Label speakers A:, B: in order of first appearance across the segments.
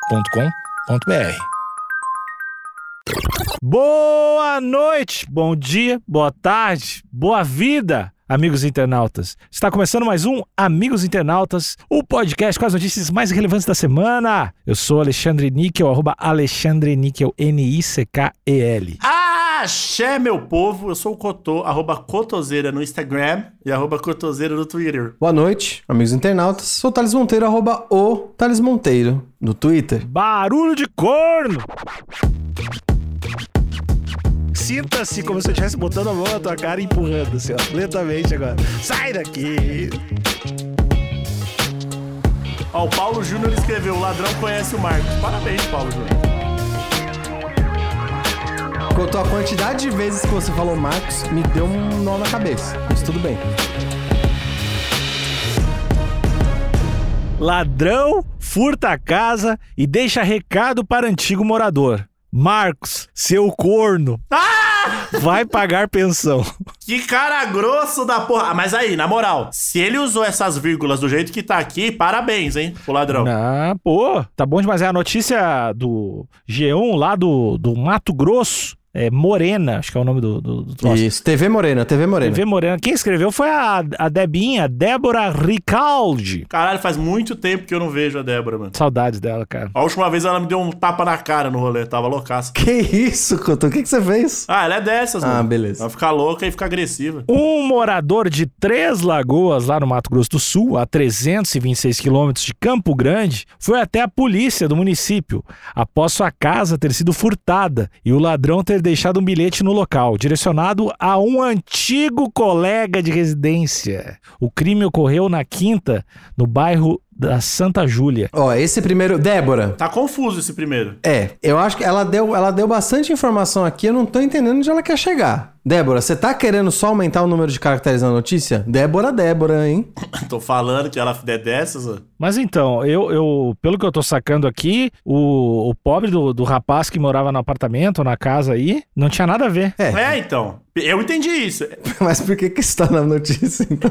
A: agenciadepodcast.com.br.
B: Boa noite, bom dia, boa tarde, boa vida, amigos internautas. Está começando mais um Amigos Internautas, o podcast com as notícias mais relevantes da semana. Eu sou Alexandre Níquel, arroba Alexandre Níquel, N-I-C-K-E-L.
C: Axé, meu povo! Eu sou o Cotô, arroba Cotoseira no Instagram e arroba Cotoseira no Twitter.
D: Boa noite, amigos internautas. Sou o Thales Monteiro, arroba o Thales Monteiro, no Twitter.
B: Barulho de corno! Sinta-se como se eu estivesse botando a mão na tua cara e empurrando, assim, ó, lentamente agora. Sai daqui!
C: Ó, o Paulo Júnior escreveu: O ladrão conhece o Marcos. Parabéns, Paulo Júnior.
D: Contou a quantidade de vezes que você falou Marcos, me deu um nó na cabeça. Mas tudo bem.
B: Ladrão furta a casa e deixa recado para antigo morador. Marcos, seu corno,
C: Ah!
B: vai pagar pensão.
C: Que cara grosso da porra! Ah, mas aí, na moral, se ele usou essas vírgulas do jeito que tá aqui, parabéns, hein, o ladrão.
B: Ah, pô, tá bom demais. É a notícia do G1 lá do, do Mato Grosso, é Morena, acho que é o nome do, do, do troço.
D: Isso, TV Morena, TV Morena.
B: TV Morena. Quem escreveu foi a, a Debinha, Débora Ricaldi.
C: Caralho, faz muito tempo que eu não vejo a Débora, mano.
B: Saudades dela, cara.
C: A última vez ela me deu um tapa na cara no rolê, tava loucaça.
D: Que isso, Cotô? O que, que você fez?
C: Ah, ela é dessas,
D: Ah,
C: mano.
D: beleza.
C: Ela fica louca e fica agressiva.
B: Um morador de Três Lagoas, lá no Mato Grosso do Sul, a 326 quilômetros de Campo Grande, foi até a polícia do município, após sua casa ter sido furtada e o ladrão ter deixado um bilhete no local, direcionado a um antigo colega de residência. O crime ocorreu na quinta, no bairro da Santa Júlia.
D: Ó, esse primeiro. Débora.
C: Tá confuso esse primeiro.
D: É, eu acho que ela deu, ela deu bastante informação aqui, eu não tô entendendo onde ela quer chegar. Débora, você tá querendo só aumentar o número de caracteres na notícia? Débora, Débora, hein?
C: Tô falando que ela é dessas, ó.
B: Mas então, eu, eu- pelo que eu tô sacando aqui, o, o pobre do, do rapaz que morava no apartamento, ou na casa aí, não tinha nada a ver.
D: É,
C: É, então. Eu entendi isso.
D: mas por que que isso tá na notícia, então?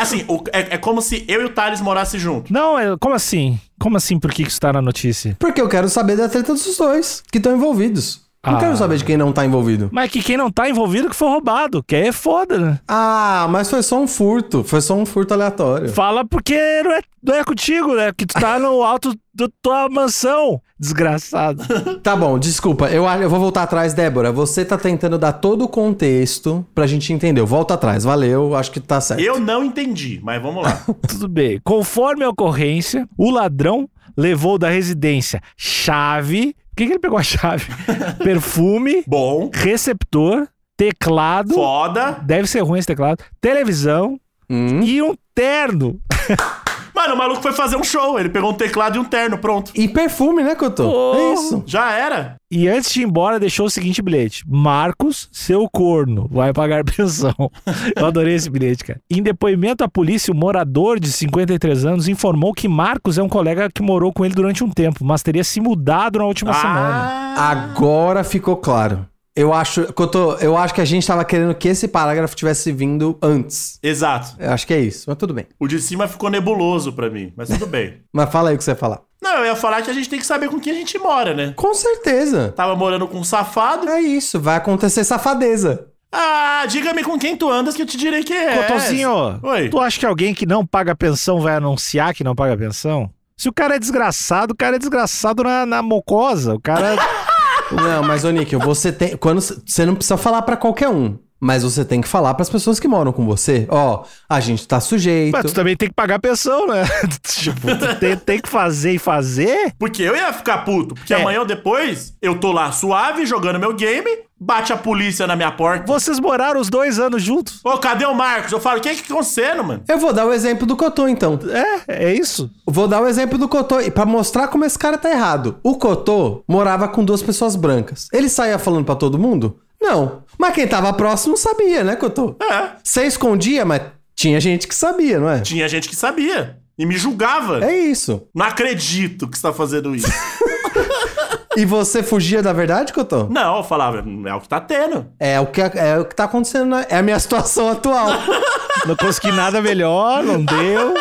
C: Assim, o- é, é como se eu e o Thales morassem junto.
B: Não, é- como assim? Como assim? Por que que isso tá na notícia?
D: Porque eu quero saber da treta dos dois que estão envolvidos. Não
B: Ah.
D: quero saber de quem não tá envolvido.
B: Mas que quem não tá envolvido que foi roubado, que aí é foda, né?
D: Ah, mas foi só um furto. Foi só um furto aleatório.
B: Fala porque não é, não é contigo, né? Que tu tá no alto da tua mansão, desgraçado.
D: Tá bom, desculpa. Eu, acho- eu vou voltar atrás, Débora. Você tá tentando dar todo o contexto pra gente entender. Volta atrás, valeu. Acho que tá certo.
C: Eu não entendi, mas vamos lá.
B: Tudo bem. Conforme a ocorrência, o ladrão levou da residência chave. Por que, que ele pegou a chave? Perfume,
C: Bom,
B: receptor, teclado.
C: foda.
B: Deve ser ruim esse teclado. Televisão
D: Hum?
B: e um terno.
C: Mano, o maluco foi fazer um show. Ele pegou um teclado e um terno, pronto.
D: E perfume, né, Cotô?
B: Porra.
D: É isso.
C: Já era.
B: E antes de ir embora, deixou o seguinte bilhete: Marcos, seu corno, vai pagar pensão. Eu adorei esse bilhete, cara. Em depoimento à polícia, o morador de 53 anos informou que Marcos é um colega que morou com ele durante um tempo, mas teria se mudado na
C: Ah,
B: última semana.
D: Agora ficou claro. Eu acho, Cotô, eu acho que a gente tava querendo que esse parágrafo tivesse vindo antes.
C: Exato.
D: Eu acho que é isso, mas tudo bem.
C: O de cima ficou nebuloso pra mim, mas tudo bem.
D: Mas fala aí o que você ia falar.
C: Não, eu ia falar que a gente tem que saber com quem a gente mora, né?
D: Com certeza.
C: Tava morando com um safado.
D: É isso, vai acontecer safadeza.
C: Ah, diga-me com quem tu andas que eu te direi quem é.
B: Cotozinho,
C: Oi.
B: tu acha que alguém que não paga pensão vai anunciar que não paga pensão? Se o cara é desgraçado, o cara é desgraçado na, na mocosa. O cara.
D: Não, mas ô Níquel, você tem. Quando c- você não precisa falar pra qualquer um, mas você tem que falar pras pessoas que moram com você. Ó, a gente tá sujeito.
B: Mas tu também tem que pagar pensão, né? tipo, tu tem- tem que fazer e fazer.
C: Porque eu ia ficar puto. Porque
B: É.
C: amanhã ou depois, eu tô lá suave, jogando meu game, bate a polícia na minha porta.
B: Vocês moraram os dois anos juntos?
C: Ô, cadê o Marcos? Eu falo, o que é que tá acontecendo, mano?
D: Eu vou dar o exemplo do Cotô, então.
B: É, é isso.
D: Vou dar o exemplo do Cotô e pra mostrar como esse cara tá errado. O Cotô morava com duas pessoas brancas. Ele saía falando pra todo mundo? Não. Mas quem tava próximo sabia, né, Cotô?
C: É.
D: Você escondia, mas tinha gente que sabia, não é?
C: Tinha gente que sabia e me julgava.
D: É isso.
C: Não acredito que você tá fazendo isso.
D: E você fugia da verdade, Cotô?
C: Não, eu falava, é o que tá tendo.
D: É o que, é o que tá acontecendo, na- é a minha situação atual.
B: Não consegui nada melhor, não deu.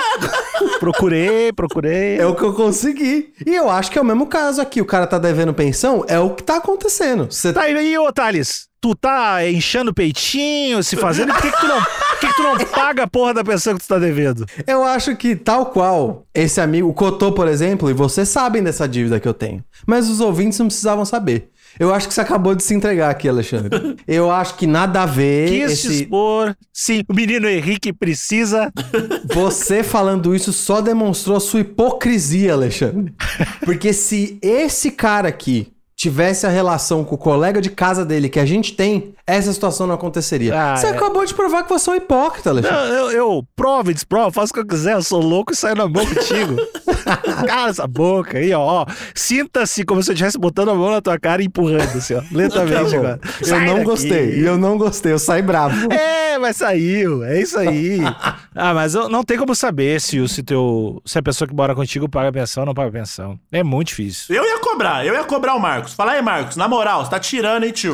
B: Procurei, procurei.
D: É o que eu consegui. E eu acho que é o mesmo caso aqui. O cara tá devendo pensão, é o que tá acontecendo. Você
B: Tá aí, ô Thales, tu tá enchendo o peitinho, se fazendo, por que, que tu não, por que, que tu não paga a porra da pessoa que tu tá devendo?
D: Eu acho que, tal qual esse amigo, o Cotô, por exemplo, e vocês sabem dessa dívida que eu tenho. Mas os ouvintes não precisavam saber. Eu acho que você acabou de se entregar aqui, Alexandre. Eu acho que nada a ver.
B: Quis
D: esse-
B: te expor, sim, o menino Henrique precisa.
D: Você falando isso só demonstrou sua hipocrisia, Alexandre. Porque se esse cara aqui tivesse a relação com o colega de casa dele que a gente tem, essa situação não aconteceria.
B: Ah,
D: você
B: é.
D: acabou de provar que você é um hipócrita,
B: Eu,
D: Alexandre.
B: eu, eu provo e desprovo, faço o que eu quiser, eu sou louco e saio na mão contigo. cara, essa boca aí, ó. ó. Sinta-se como se eu estivesse botando a mão na tua cara e empurrando, assim, ó. Lentamente
D: Tá bom.
B: agora.
D: Eu
B: Sai
D: não
B: daqui.
D: gostei. E eu não gostei. Eu saí bravo.
B: É, mas saiu, é isso aí. ah, mas eu- não tem como saber se, o- se, teu, se a pessoa que mora contigo paga pensão ou não paga pensão. É muito difícil.
C: Eu ia cobrar, eu ia cobrar o Marcos. Fala aí, Marcos, na moral, você tá tirando, hein, tio?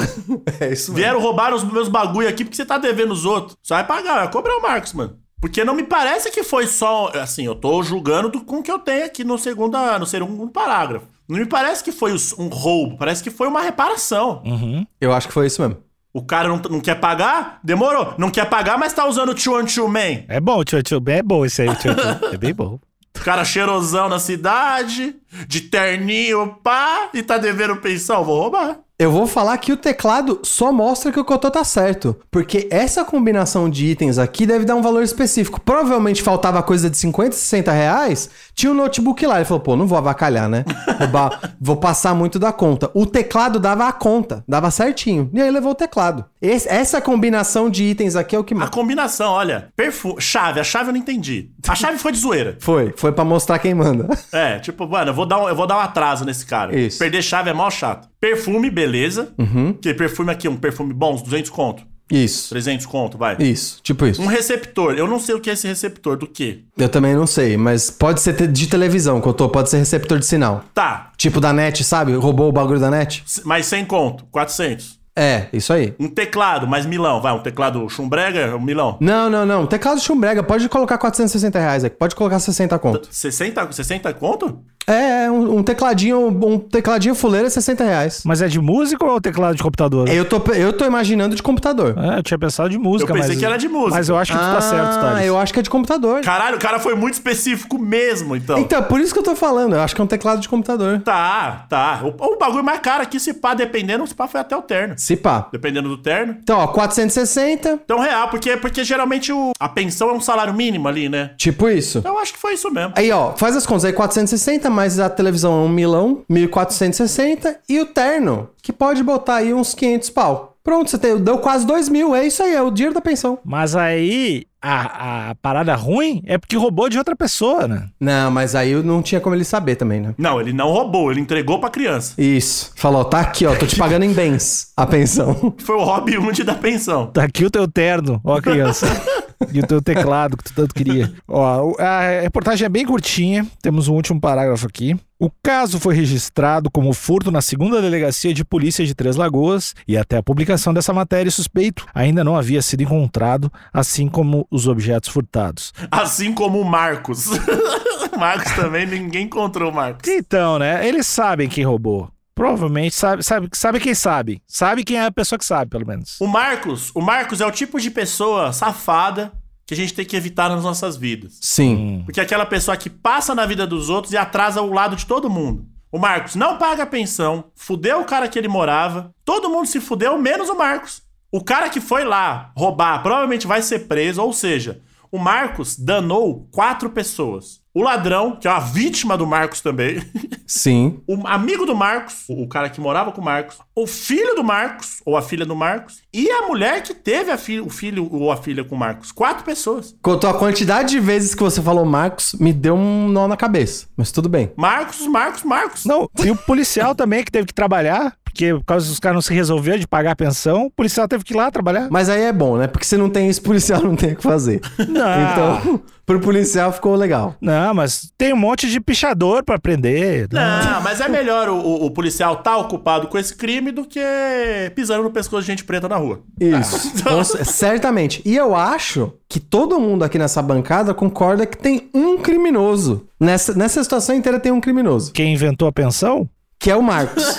D: É isso
C: Vieram roubar os meus bagulho aqui porque você tá devendo os outros. Só vai pagar, vai cobrar o Marcos, mano. Porque não me parece que foi só. Assim, eu tô julgando do, com o que eu tenho aqui no segunda, no segundo parágrafo. Não me parece que foi os- um roubo, parece que foi uma reparação.
B: Uhum.
D: Eu acho que foi isso mesmo.
C: O cara não, não quer pagar? Demorou. Não quer pagar, mas tá usando o Tio on Tio Man.
B: É bom, tio, tio, é bom esse aí, tio, tio. É bem bom.
C: O cara cheirosão na cidade, de terninho, pá, e tá devendo pensão. Vou roubar.
D: Eu vou falar que o teclado só mostra que o Cotô tá certo. Porque essa combinação de itens aqui deve dar um valor específico. Provavelmente faltava coisa de 50, 60 reais. Tinha um notebook lá. Ele falou, pô, não vou avacalhar, né? Vou, ba- vou passar muito da conta. O teclado dava a conta. Dava certinho. E aí levou o teclado. Esse- essa combinação de itens aqui é o que
C: A
D: mais...
C: combinação, olha. Perfu chave, a chave eu não entendi. A chave foi de zoeira.
D: Foi. Foi pra mostrar quem manda.
C: É, tipo, mano, eu vou dar um, eu vou dar um atraso nesse cara.
D: Isso.
C: Perder chave é mó chato. Perfume, beleza. Uhum. Que perfume aqui, um perfume bom, uns 200 conto.
D: Isso.
C: 300 conto, vai.
D: Isso. Tipo isso.
C: Um receptor. Eu não sei o que é esse receptor, do quê?
D: Eu também não sei, mas pode ser te- de televisão, Cotô. Pode ser receptor de sinal.
C: Tá,
D: Tipo da net, sabe? Roubou o bagulho da net.
C: s- mas 100 conto, 400.
D: É, isso aí.
C: Um teclado, mais milão, vai. Um teclado chumbrega, um milão.
D: Não, não, não. Teclado chumbrega, pode colocar 460 reais aqui. Pode colocar 60 conto.
C: 60, 60 conto?
D: É, é, um, um tecladinho, um tecladinho fuleiro é 60 reais.
B: Mas é de música ou é o teclado de computador?
D: Eu tô, eu tô imaginando de computador.
B: É, eu tinha pensado de música,
C: Eu pensei
B: mas-
C: que era de música.
B: Mas eu acho que tu tá certo, Thales.
D: eu acho que é de computador.
C: Caralho, o cara foi muito específico mesmo, então.
D: Então, por isso que eu tô falando. Eu acho que é um teclado de computador.
C: Tá, tá. O, o bagulho mais caro aqui, se pá, dependendo, se pá foi até o terno.
D: Se pá.
C: Dependendo do terno.
D: Então, ó, 460,
C: Então, real, porque, porque geralmente o, a pensão é um salário mínimo ali, né?
D: tipo isso.
C: Então, eu acho que foi isso mesmo.
D: Aí, ó, faz as contas aí, 460, mais a televisão é um milão, 1460, e o terno, que pode botar aí uns 500 pau. Pronto, você tem, deu quase 2 mil, é isso aí, é o dinheiro da pensão.
B: Mas aí, a, a parada ruim é porque roubou de outra pessoa, né?
D: Não, mas aí eu não tinha como ele saber também, né?
C: Não, ele não roubou, ele entregou pra criança.
D: Isso. Falou, tá aqui, ó, tô te pagando em bens a pensão.
C: Foi o Robin Hood da pensão.
B: Tá aqui o teu terno, ó, criança. e o teu teclado que tu tanto queria. Ó, o- a reportagem é bem curtinha, temos um último parágrafo aqui. O caso foi registrado como furto na segunda delegacia de polícia de Três Lagoas e até a publicação dessa matéria, o suspeito ainda não havia sido encontrado, assim como os objetos furtados.
C: Assim como o Marcos. O Marcos também, ninguém encontrou o Marcos.
B: Então, né? Eles sabem quem roubou. Provavelmente sabe, sabe, sabe quem sabe. Sabe quem é a pessoa que sabe, pelo menos.
C: O Marcos, o Marcos é o tipo de pessoa safada que a gente tem que evitar nas nossas vidas.
D: Sim.
C: Porque é aquela pessoa que passa na vida dos outros e atrasa o lado de todo mundo. O Marcos não paga a pensão, fudeu o cara que ele morava, todo mundo se fudeu, menos o Marcos. O cara que foi lá roubar provavelmente vai ser preso, ou seja, o Marcos danou quatro pessoas. O ladrão, que é uma vítima do Marcos também,
D: Sim.
C: o amigo do Marcos, o o cara que morava com o Marcos, o filho do Marcos, ou a filha do Marcos, e a mulher que teve a fi- o filho ou a filha com o Marcos. Quatro pessoas.
D: Contou a quantidade de vezes que você falou Marcos, me deu um nó na cabeça. Mas tudo bem.
C: Marcos, Marcos, Marcos.
B: Não, e o policial também que teve que trabalhar, porque porque por causa dos caras não se resolveram de pagar a pensão, o policial teve que ir lá trabalhar.
D: Mas aí é bom, né? Porque se não tem isso, o policial não tem o que fazer.
B: Não.
D: Então, pro policial ficou legal.
B: Não, mas tem um monte de pichador pra prender. né?
C: Não, mas é melhor o, o- o policial tá ocupado com esse crime do que pisando no pescoço de gente preta na rua.
D: Isso. Com cer- certamente. E eu acho que todo mundo aqui nessa bancada concorda que tem um criminoso. Nessa, nessa situação inteira tem um criminoso,
B: Quem inventou a pensão?
D: que é o Marcos.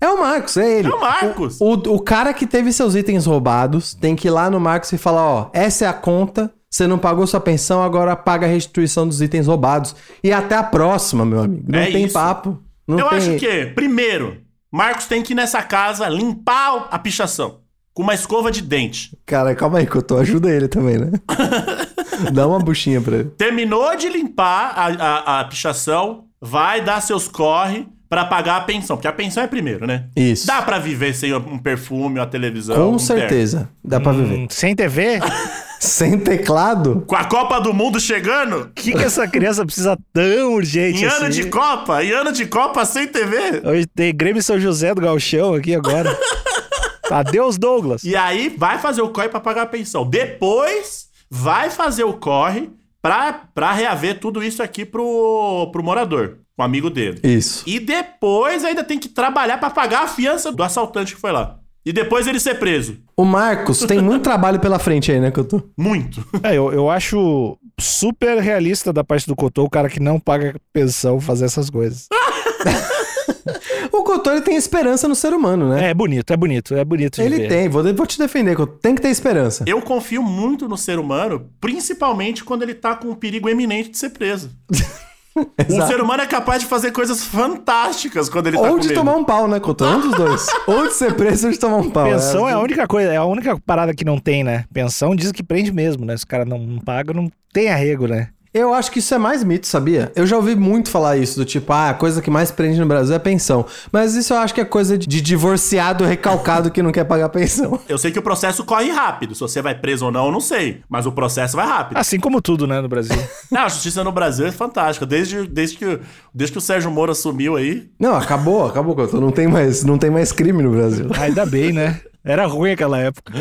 D: é o Marcos, é ele.
C: É o Marcos.
D: O, o cara que teve seus itens roubados tem que ir lá no Marcos e falar: ó, essa é a conta, você não pagou sua pensão, agora paga a restituição dos itens roubados. E até a próxima, meu amigo. Não
C: É
D: tem
C: isso.
D: papo. Não
C: Eu
D: tem...
C: acho que, primeiro, Marcos tem que ir nessa casa limpar a pichação com uma escova de dente.
D: Cara, calma aí que eu tô ajuda ele também, né? Dá uma buchinha pra ele.
C: Terminou de limpar a, a, a pichação, vai dar seus corre pra pagar a pensão, porque a pensão é primeiro, né?
D: Isso.
C: Dá pra viver sem um perfume, uma televisão. um
D: Com
C: terno.
D: certeza. Dá pra viver.
B: Então, é. Hum, Sem TV? O
D: Sem teclado?
C: Com a Copa do Mundo chegando,
B: que, que essa criança precisa tão urgente
C: em ano
B: assim?
C: de Copa, em ano de Copa sem TV.
B: Hoje tem Grêmio São José do Galchão aqui agora. Adeus, Douglas.
C: E aí vai fazer o corre pra pagar a pensão. Depois vai fazer o corre pra, pra reaver tudo isso aqui pro, pro morador, o amigo dele.
D: Isso.
C: E depois ainda tem que trabalhar pra pagar a fiança do assaltante que foi lá. E depois ele ser preso.
D: O Marcos tem muito trabalho pela frente aí, né, que eu tô.
C: Muito.
B: É, eu, eu acho super realista da parte do Cotô o cara que não paga pensão fazer essas coisas.
D: O Couto, ele tem esperança no ser humano, né?
B: É, bonito, é bonito, é bonito. de
D: ele
B: ver.
D: tem, vou, vou te defender, Couto. Tem que ter esperança.
C: Eu confio muito no ser humano, principalmente quando ele tá com o perigo eminente de ser preso. o
D: Exato.
C: ser humano é capaz de fazer coisas fantásticas quando ele tá
D: Ou
C: com
D: de
C: medo.
D: tomar um pau, né, Couto? Um dos dois. ou de ser preso ou de tomar um pau.
B: Pensão é a única coisa, é a única parada que não tem, né? Pensão diz que prende mesmo, né? Se o cara não, não paga, não tem arrego, né?
D: Eu acho que isso é mais mito, sabia? Eu já ouvi muito falar isso, do tipo, ah, a coisa que mais prende no Brasil é pensão. Mas isso eu acho que é coisa de- de divorciado recalcado que não quer pagar pensão.
C: Eu sei que o processo corre rápido. Se você vai preso ou não, eu não sei. Mas o processo vai rápido.
B: Assim como tudo, né, no Brasil.
C: Não, a justiça no Brasil é fantástica. Desde, desde, que, desde que o Sérgio Moro assumiu aí.
D: Não, acabou, acabou, Couto. Não tem mais, não tem mais crime no Brasil.
B: Ainda bem, né? Era ruim aquela época.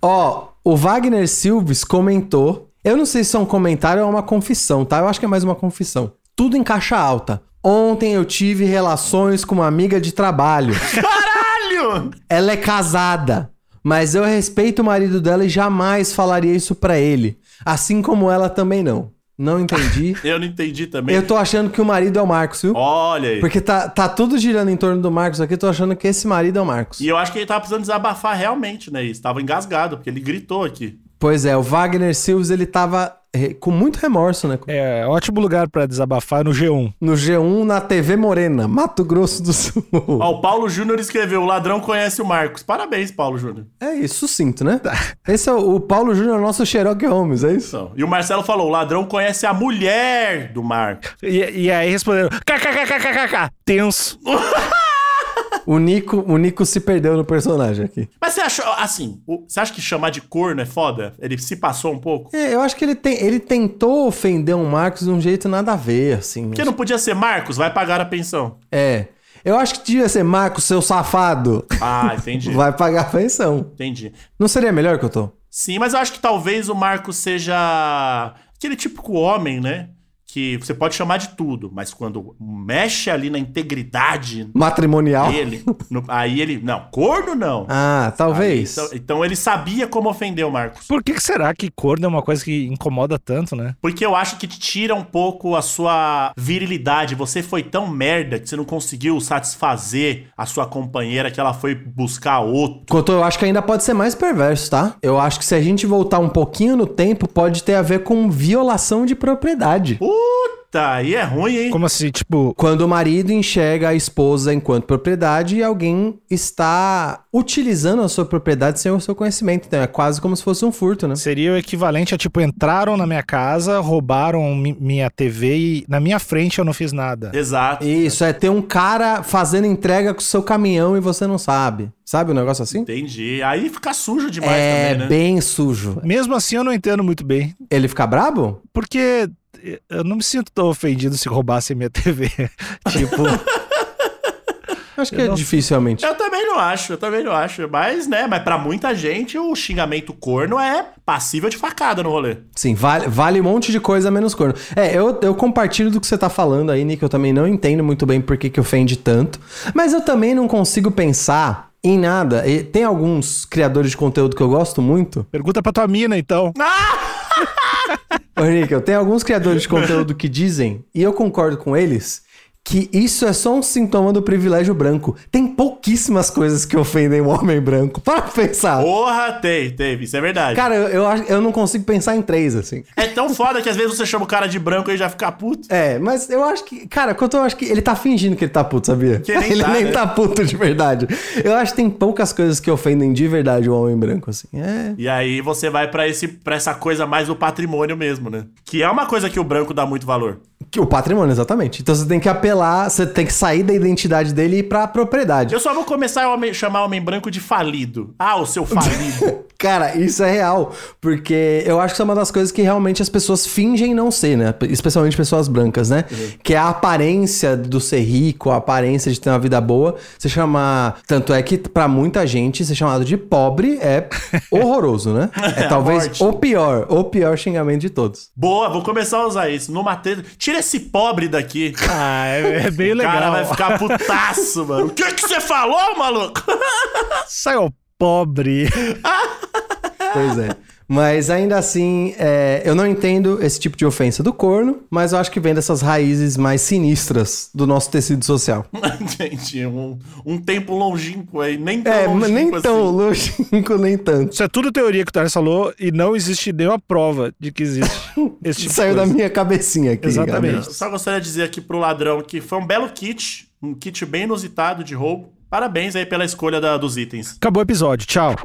D: Ó, o Wagner Silves comentou. Eu não sei se é um comentário ou uma confissão, tá? Eu acho que é mais uma confissão. Tudo em caixa alta. Ontem eu tive relações com uma amiga de trabalho.
C: Caralho!
D: Ela é casada, mas eu respeito o marido dela e jamais falaria isso pra ele. Assim como ela também não. Não entendi.
C: Eu não entendi também.
D: Eu tô achando que o marido é o Marcos, viu?
C: Olha aí.
D: Porque tá, tá tudo girando em torno do Marcos aqui, eu tô achando que esse marido é o Marcos.
C: E eu acho que ele tava precisando desabafar realmente, né? Ele estava engasgado, porque ele gritou aqui.
D: Pois é, o Wagner Silves, ele tava eh, com muito remorso, né?
B: É, ótimo lugar pra desabafar no G1.
D: No G1, na TV Morena, Mato Grosso do Sul.
C: Ó, o Paulo Júnior escreveu: o ladrão conhece o Marcos. Parabéns, Paulo Júnior.
D: É isso, sucinto, né? Esse é o, o Paulo Júnior, nosso Xerox Holmes, é isso?
C: Então, E o Marcelo falou: o ladrão conhece a mulher do Marcos.
B: E, e aí responderam, kkkkk, tenso.
D: O Nico, o Nico se perdeu no personagem aqui.
C: Mas você achou, assim, o- você acha que chamar de corno é foda? Ele se passou um pouco?
D: É, eu acho que ele, tem, ele tentou ofender um Marcos de um jeito nada a ver, assim.
C: Porque não podia ser Marcos, vai pagar a pensão.
D: É. Eu acho que devia ser Marcos, seu safado.
C: Ah, entendi.
D: Vai pagar a pensão.
C: Entendi.
D: Não seria melhor que eu tô?
C: Sim, mas eu acho que talvez o Marcos seja aquele típico homem, né? Que você pode chamar de tudo, mas quando mexe ali na integridade
D: Matrimonial?
C: dele, no- aí ele. Não, corno não.
D: Ah, talvez.
C: Então, então ele sabia como ofender o Marcos.
B: Por que, que será que corno é uma coisa que incomoda tanto, né?
C: Porque eu acho que te tira um pouco a sua virilidade. Você foi tão merda que você não conseguiu satisfazer a sua companheira que ela foi buscar outro.
D: Cotô, eu acho que ainda pode ser mais perverso, tá? Eu acho que se a gente voltar um pouquinho no tempo, pode ter a ver com violação de propriedade.
C: Puta, aí é ruim, hein?
B: Como assim, tipo,
D: Quando o marido enxerga a esposa enquanto propriedade e alguém está utilizando a sua propriedade sem o seu conhecimento. Então é quase como se fosse um furto, né?
B: Seria o equivalente a, tipo, entraram na minha casa, roubaram mi- minha TV e na minha frente eu não fiz nada.
C: Exato.
D: Isso, é ter um cara fazendo entrega com o seu caminhão e você não sabe. Sabe um negócio assim?
C: Entendi. Aí fica sujo demais
D: É
C: também, né?
D: bem sujo.
B: Mesmo assim, eu não entendo muito bem.
D: Ele fica brabo?
B: Porque eh, eu não me sinto tão ofendido se roubassem minha TV. tipo.
D: Acho que é difícil, realmente.
C: Eu também não acho, eu também não acho. Mas, né, mas pra muita gente o xingamento corno é passível de facada no rolê.
D: Sim, vale, vale um monte de coisa menos corno. É, eu, eu compartilho do que você tá falando aí, Nick. Eu também não entendo muito bem por que, que ofende tanto. Mas eu também não consigo pensar em nada. E tem alguns criadores de conteúdo que eu gosto muito.
B: Pergunta pra tua mina, então.
D: Ô, Níquel, tem alguns criadores de conteúdo que dizem, e eu concordo com eles, que isso é só um sintoma do privilégio branco. Tem pouquíssimas coisas que ofendem o homem branco. Para pra pensar.
C: Porra, tem, teve, isso é verdade.
D: Cara, eu, eu, acho- eu não consigo pensar em três, assim.
C: É tão foda que às vezes você chama o cara de branco e ele já fica puto.
D: É, mas eu acho que. Cara, quanto eu acho que ele tá fingindo que ele tá puto, sabia?
C: Que nem
D: ele
C: tá,
D: nem
C: né?
D: tá puto de verdade. Eu acho que tem poucas coisas que ofendem de verdade o homem branco, assim. É.
C: E aí você vai pra esse para essa coisa mais do patrimônio mesmo, né? Que é uma coisa que o branco dá muito valor.
D: Que O patrimônio, exatamente. Então você tem que apelar, você tem que sair da identidade dele e ir pra propriedade.
C: Eu só vou começar a homem- chamar homem branco de falido. Ah, o seu falido.
D: Cara, isso é real, porque eu acho que isso é uma das coisas que realmente as pessoas fingem não ser, né? Especialmente pessoas brancas, né? Que é a aparência do ser rico, a aparência de ter uma vida boa. Você chamar. Tanto é que pra muita gente, ser chamado de pobre é horroroso, né? É talvez
C: morte.
D: o pior, o pior xingamento de todos.
C: Boa, vou começar a usar isso. Numa treta. Tira esse pobre daqui.
B: Ah, é, é bem
C: O cara
B: legal.
C: vai ficar putaço, mano. O que que você falou, maluco?
B: Sai, ô pobre.
D: Pois é. Mas ainda assim, é, eu não entendo esse tipo de ofensa do corno, mas eu acho que vem dessas raízes mais sinistras do nosso tecido social.
C: Entendi. Um, um tempo longínquo aí. Nem tão
D: É, mas
C: longínquo
D: nem
C: assim.
D: tão longínquo, nem tanto.
B: Isso é tudo teoria que o Thales falou e não existe nenhuma prova de que existe esse tipo
D: Saiu
B: de
D: da
B: coisa.
D: minha cabecinha aqui.
B: Exatamente.
C: Eu só gostaria de dizer aqui pro ladrão que foi um belo kit. Um kit bem inusitado de roubo. Parabéns aí pela escolha da- dos itens.
B: Acabou o episódio. Tchau.